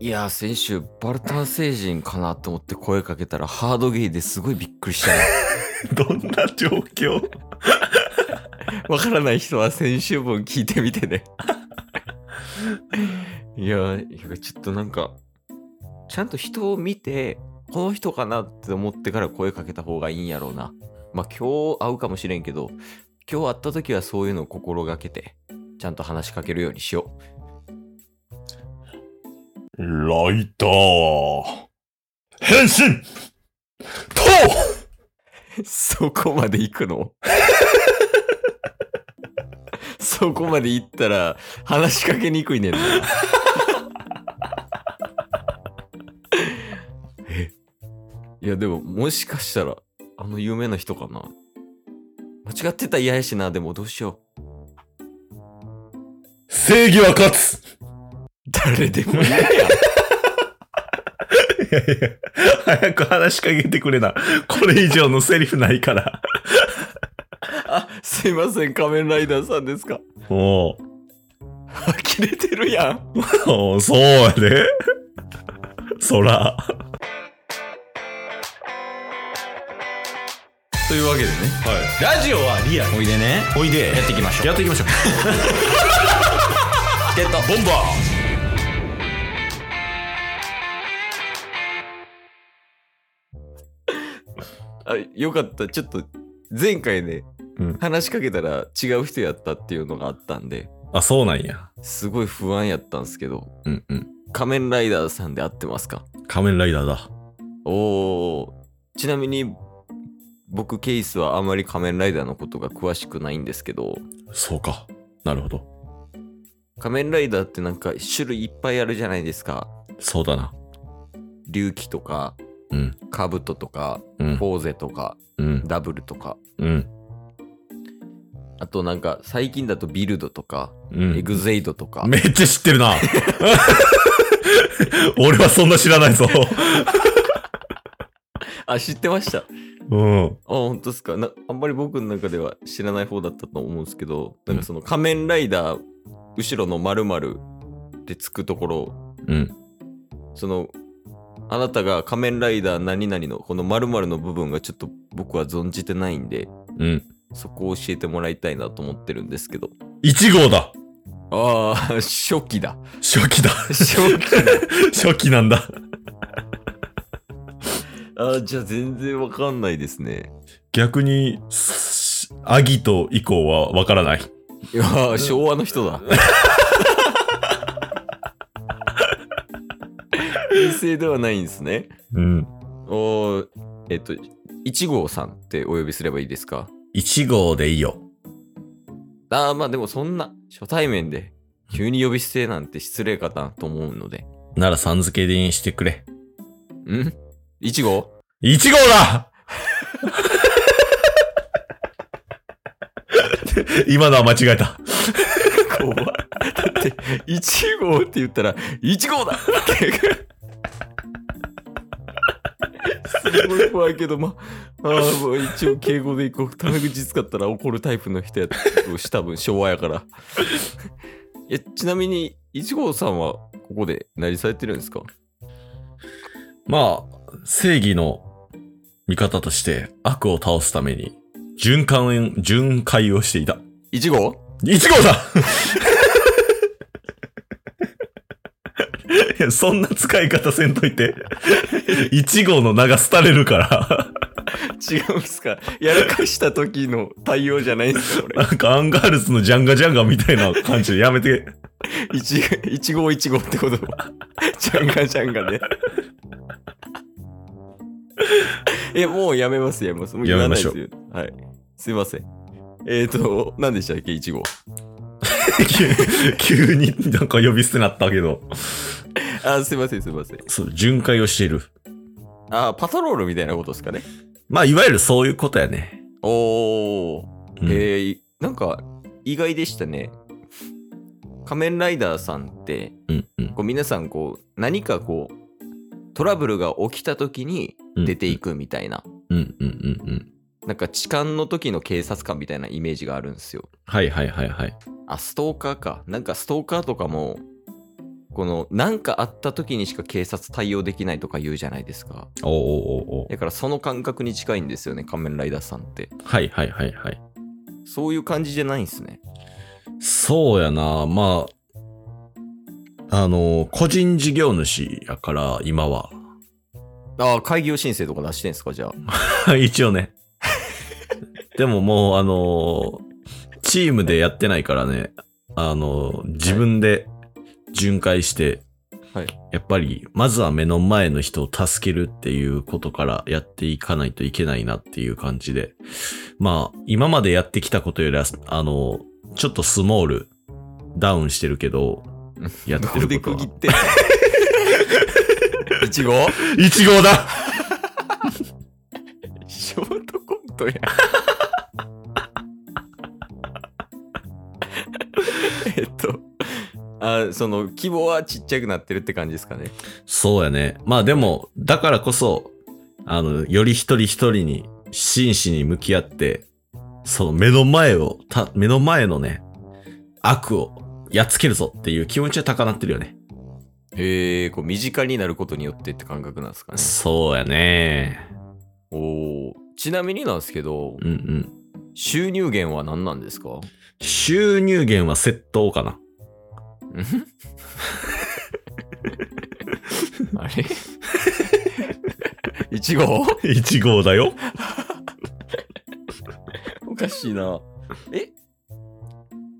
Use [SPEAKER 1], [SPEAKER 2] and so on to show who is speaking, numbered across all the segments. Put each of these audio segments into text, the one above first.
[SPEAKER 1] いやー、先週、バルタン星人かなと思って声かけたら、ハードゲイですごいびっくりしたね。
[SPEAKER 2] どんな状 況
[SPEAKER 1] わからない人は先週分聞いてみてね。 いやー、ちょっとなんか、ちゃんと人を見て、この人かなって思ってから声かけた方がいいんやろうな。まあ今日会うかもしれんけど、今日会った時はそういうのを心がけて、ちゃんと話しかけるようにしよ
[SPEAKER 2] ライター。変身と
[SPEAKER 1] う。そこまで行く のそこまで行ったら話しかけにくいね んな。えいやでももしかしたらあの有名な人かな間違ってたら嫌やしなでもどうしよう
[SPEAKER 2] 正義は勝つ
[SPEAKER 1] 誰でもいい や
[SPEAKER 2] いやいや、早く話しかけてくれな。これ以上のセリフないから。
[SPEAKER 1] あすいません仮面ライダーさんですか
[SPEAKER 2] おう
[SPEAKER 1] 呆れてるやん
[SPEAKER 2] おうそうやで。そら。
[SPEAKER 1] というわけでね
[SPEAKER 2] は
[SPEAKER 1] ラジオはリアおいでね
[SPEAKER 2] い。おいで。
[SPEAKER 1] やっていきましょう
[SPEAKER 2] っていきましょう。
[SPEAKER 1] ゲット
[SPEAKER 2] ボンバ
[SPEAKER 1] あよかったちょっと前回ね、
[SPEAKER 2] うん
[SPEAKER 1] 話しかけたら違う人やったっていうのがあったんで
[SPEAKER 2] ーあ、そうなんや。
[SPEAKER 1] すごい不安やったんですけど
[SPEAKER 2] うんうん。
[SPEAKER 1] 仮面ライダーさんで合ってますか
[SPEAKER 2] 仮面ライダーだ。
[SPEAKER 1] おーちなみに僕ケイスはあまり仮面ライダーのことが詳しくないんですけど
[SPEAKER 2] そうか。なるほど。
[SPEAKER 1] 仮面ライダーってなんか種類いっぱいあるじゃないですか
[SPEAKER 2] そうだな。
[SPEAKER 1] 龍騎とか
[SPEAKER 2] うん。
[SPEAKER 1] カブトとか
[SPEAKER 2] うん
[SPEAKER 1] フ。ォーゼとか
[SPEAKER 2] うん。
[SPEAKER 1] ダブルとか
[SPEAKER 2] うん。
[SPEAKER 1] あとなんか最近だとビルドとか
[SPEAKER 2] うん
[SPEAKER 1] エグゼイドとか
[SPEAKER 2] めっちゃ知ってるな。 俺はそんな知らないぞ。
[SPEAKER 1] あ知ってました
[SPEAKER 2] うん。
[SPEAKER 1] あ、本当ですかな。あんまり僕の中では知らない方だったと思うんですけど、なんかその仮面ライダー、後ろの〇〇ってつくところ、
[SPEAKER 2] うん。
[SPEAKER 1] その、あなたが仮面ライダー何々のこの〇〇の部分がちょっと僕は存じてないんで、
[SPEAKER 2] うん。
[SPEAKER 1] そこを教えてもらいたいなと思ってるんですけど。
[SPEAKER 2] 1号だ。
[SPEAKER 1] ああ、初期だ。
[SPEAKER 2] 初期だ。
[SPEAKER 1] 初期だ。
[SPEAKER 2] 初期なんだ。
[SPEAKER 1] あーじゃあ全然わかんないですね。
[SPEAKER 2] 逆に、すアギと以降はわからない。
[SPEAKER 1] いやー、昭和の人だ。平成ではないんですね。
[SPEAKER 2] うん。
[SPEAKER 1] おーえっと、1号さんってお呼びすればいいですか
[SPEAKER 2] 1号でいいよ。
[SPEAKER 1] ああ、まあでもそんな、初対面で、急に呼び捨てなんて失礼かなと思うので。
[SPEAKER 2] ならさん付けにしてくれ。
[SPEAKER 1] ん ?1 号
[SPEAKER 2] 1号だ 今のは間違えた。
[SPEAKER 1] 怖だって、1号って言ったら、1号だ すごい怖いけど、まあ、あーもう一応敬語でいこう。タメ口使ったら怒るタイプの人やったし、多分昭和やから。え、ちなみに、1号さんはここで何されてるんですか
[SPEAKER 2] まあ、正義の味方として悪を倒すために、循環、巡回をしていた。
[SPEAKER 1] 1号
[SPEAKER 2] 一号さん いや、そんな使い方せんといて。一号の名が廃れるから。
[SPEAKER 1] 違うんすかやらかした時の対応じゃないんすかこれ
[SPEAKER 2] なんかアンガールズのジャンガジャンガみたいな感じでやめて。
[SPEAKER 1] 一一号一号ってことジャンガジャンガでえもうやめますやめますもう言わないですよ
[SPEAKER 2] や
[SPEAKER 1] はいすいませんえっ、ー、と何でしたっけ一号
[SPEAKER 2] 急になんか呼び捨てなったけど。
[SPEAKER 1] あすいませんすいません
[SPEAKER 2] そう、巡回をしている。
[SPEAKER 1] あパトロールみたいなことですかね
[SPEAKER 2] まあ、いわゆるそういうことやね。
[SPEAKER 1] おー、
[SPEAKER 2] うん
[SPEAKER 1] えー、なんか意外でしたね仮面ライダーさんって
[SPEAKER 2] うんうん。
[SPEAKER 1] こう皆さんこう何かこうトラブルが起きた時に出ていくみたいな、
[SPEAKER 2] うんうんうんうん。
[SPEAKER 1] なんか痴漢の時の警察官みたいなイメージがあるんですよ
[SPEAKER 2] はいはいはいはい。
[SPEAKER 1] あストーカーかなんかストーカーとかもこの何かあった時にしか警察対応できないとか言うじゃないですか
[SPEAKER 2] おおおうおうおう
[SPEAKER 1] だからその感覚に近いんですよね仮面ライダーさんって
[SPEAKER 2] はいはいはいはい。
[SPEAKER 1] そういう感じじゃないんですね
[SPEAKER 2] そうやな、まあ、あの、個人事業主やから、今は。
[SPEAKER 1] ああ開業申請とか出してんすかじゃあ
[SPEAKER 2] 一応ね。でももう、あの、チームでやってないからね、あの、自分で巡回して、
[SPEAKER 1] はい
[SPEAKER 2] やっぱり、まずは目の前の人を助けるっていうことからやっていかないといけないなっていう感じで。まあ、今までやってきたことよりは、あの、ちょっとスモール、ダウンしてる けど、やって
[SPEAKER 1] どこで
[SPEAKER 2] ること
[SPEAKER 1] 区切
[SPEAKER 2] は
[SPEAKER 1] ってんのいちご
[SPEAKER 2] 一号だ
[SPEAKER 1] ショートコントやん えっとあその規模はちっちゃくなってるって感じですかね
[SPEAKER 2] そうやね。まあでも、だからこそ、あの、より一人一人に真摯に向き合って、その目の前を、た目の前のね、悪をやっつけるぞっていう気持ちは高鳴ってるよね。
[SPEAKER 1] へえこう身近になることによってって感覚なんですかね
[SPEAKER 2] そうやね。
[SPEAKER 1] おーちなみになんですけど、
[SPEAKER 2] うんうん。
[SPEAKER 1] 収入源は何なんですか
[SPEAKER 2] 収入源は窃盗 かな。
[SPEAKER 1] あれ いちご
[SPEAKER 2] 1号だよ。
[SPEAKER 1] おかしいな。え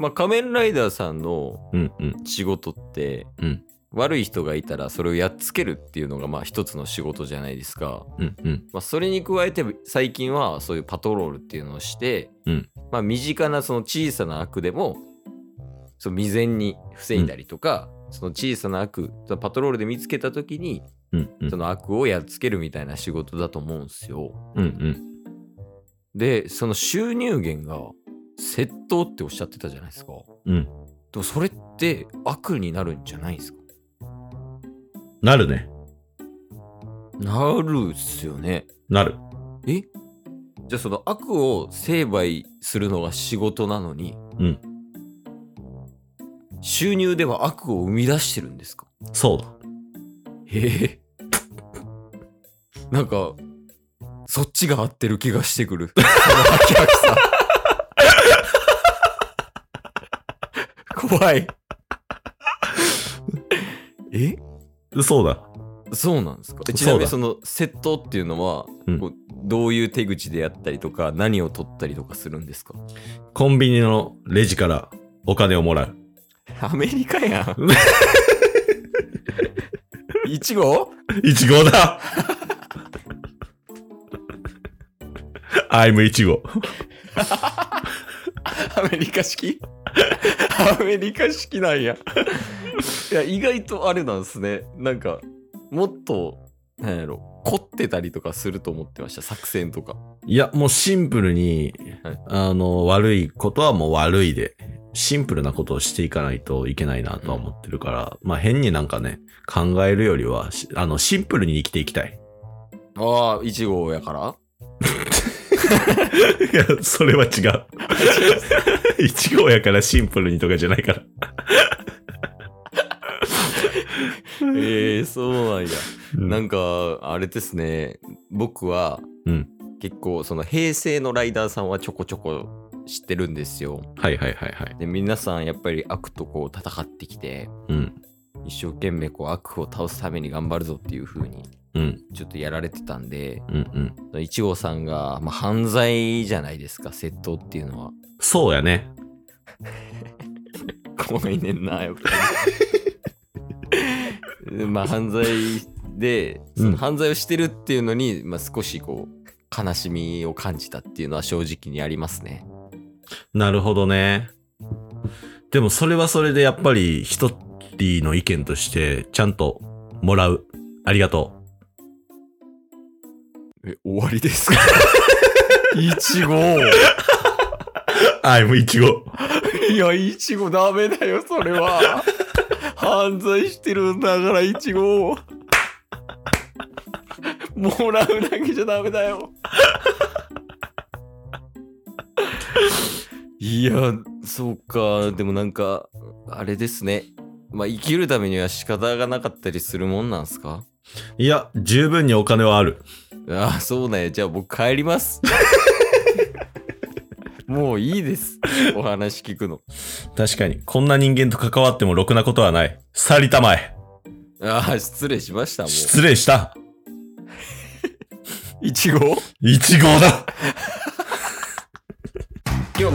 [SPEAKER 1] まあ仮面ライダーさんの
[SPEAKER 2] うんうん。
[SPEAKER 1] 仕事って、
[SPEAKER 2] うん
[SPEAKER 1] 悪い人がいたらそれをやっつけるっていうのがまあ一つの仕事じゃないですか。
[SPEAKER 2] うんうん。
[SPEAKER 1] まあ、それに加えて最近はそういうパトロールっていうのをして、
[SPEAKER 2] うん
[SPEAKER 1] まあ、身近なその小さな悪でもその未然に防いだりとか、その小さな悪そのパトロールで見つけた時に
[SPEAKER 2] うんうん
[SPEAKER 1] そ。の悪をやっつけるみたいな仕事だと思うんですよ。
[SPEAKER 2] うんうん。
[SPEAKER 1] でその収入源が窃盗っておっしゃってたじゃないですか。
[SPEAKER 2] うん
[SPEAKER 1] でもそれって悪になるんじゃないですか
[SPEAKER 2] なるね。
[SPEAKER 1] なるっすよね。
[SPEAKER 2] なる。
[SPEAKER 1] えじゃあその悪を成敗するのが仕事なのに、
[SPEAKER 2] うん
[SPEAKER 1] 収入では悪を生み出してるんですか
[SPEAKER 2] そうだ。
[SPEAKER 1] へえなんかそっちが合ってる気がしてくるそのハキハキさ怖いえ
[SPEAKER 2] そうだ。
[SPEAKER 1] そうなんですか
[SPEAKER 2] そうだ
[SPEAKER 1] ちなみにその窃盗っていうのは、
[SPEAKER 2] うん
[SPEAKER 1] こうどういう手口でやったりとか何を取ったりとかするんですか
[SPEAKER 2] コンビニのレジからお金をもらう。
[SPEAKER 1] アメリカやん いちご
[SPEAKER 2] い号だ I'm いちご。
[SPEAKER 1] アメリカ式アメリカ式なんやいや意外とあれなんですねなんかもっとなんやろ凝ってたりとかすると思ってました作戦とか
[SPEAKER 2] いや、もうシンプルに、
[SPEAKER 1] はい
[SPEAKER 2] あの、悪いことはもう悪いで、シンプルなことをしていかないといけないなとは思ってるから、まあ変になんかね、考えるよりは、しあの、シンプルに生きていきたい。
[SPEAKER 1] ああいちごやから
[SPEAKER 2] いや、 それは違う。 一号やからシンプルにとかじゃないから。
[SPEAKER 1] ええそうなんや
[SPEAKER 2] うん
[SPEAKER 1] なんかあれですね僕は
[SPEAKER 2] うん
[SPEAKER 1] 結構その平成のライダーさんはちょこちょこ知ってるんですよ
[SPEAKER 2] はいはいはいはい。
[SPEAKER 1] で皆さんやっぱり悪とこう戦ってきて
[SPEAKER 2] うん。
[SPEAKER 1] 一生懸命こう悪を倒すために頑張るぞっていう風に
[SPEAKER 2] うん。
[SPEAKER 1] ちょっとやられてたんで
[SPEAKER 2] うんうん。
[SPEAKER 1] 一号さんが、まあ、犯罪じゃないですか窃盗っていうのは
[SPEAKER 2] そうやね。
[SPEAKER 1] 怖いねんなやっぱり まあ犯罪でそ
[SPEAKER 2] うん
[SPEAKER 1] の犯罪をしてるっていうのに、まあ、少しこう悲しみを感じたっていうのは正直にありますね
[SPEAKER 2] なるほどね。でもそれはそれでやっぱり一人の意見としてちゃんともらう。ありがと
[SPEAKER 1] え終わりです かいちご
[SPEAKER 2] う。あ、もういちご。
[SPEAKER 1] いやいちごダメだよそれは犯罪してるんだからいちごもらうだけじゃダメだよいやそうかでもなんかあれですねまあ、生きるためには仕方がなかったりするもんなんすか
[SPEAKER 2] いや、十分にお金はある。
[SPEAKER 1] ああ、そうね。じゃあ僕帰ります。もういいです。お話聞くの。
[SPEAKER 2] 確かに、こんな人間と関わってもろくなことはない。去りたまえ。
[SPEAKER 1] ああ、失礼しました。もう。
[SPEAKER 2] 失礼した。
[SPEAKER 1] いちご
[SPEAKER 2] 一号だ。
[SPEAKER 1] 今日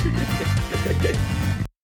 [SPEAKER 3] す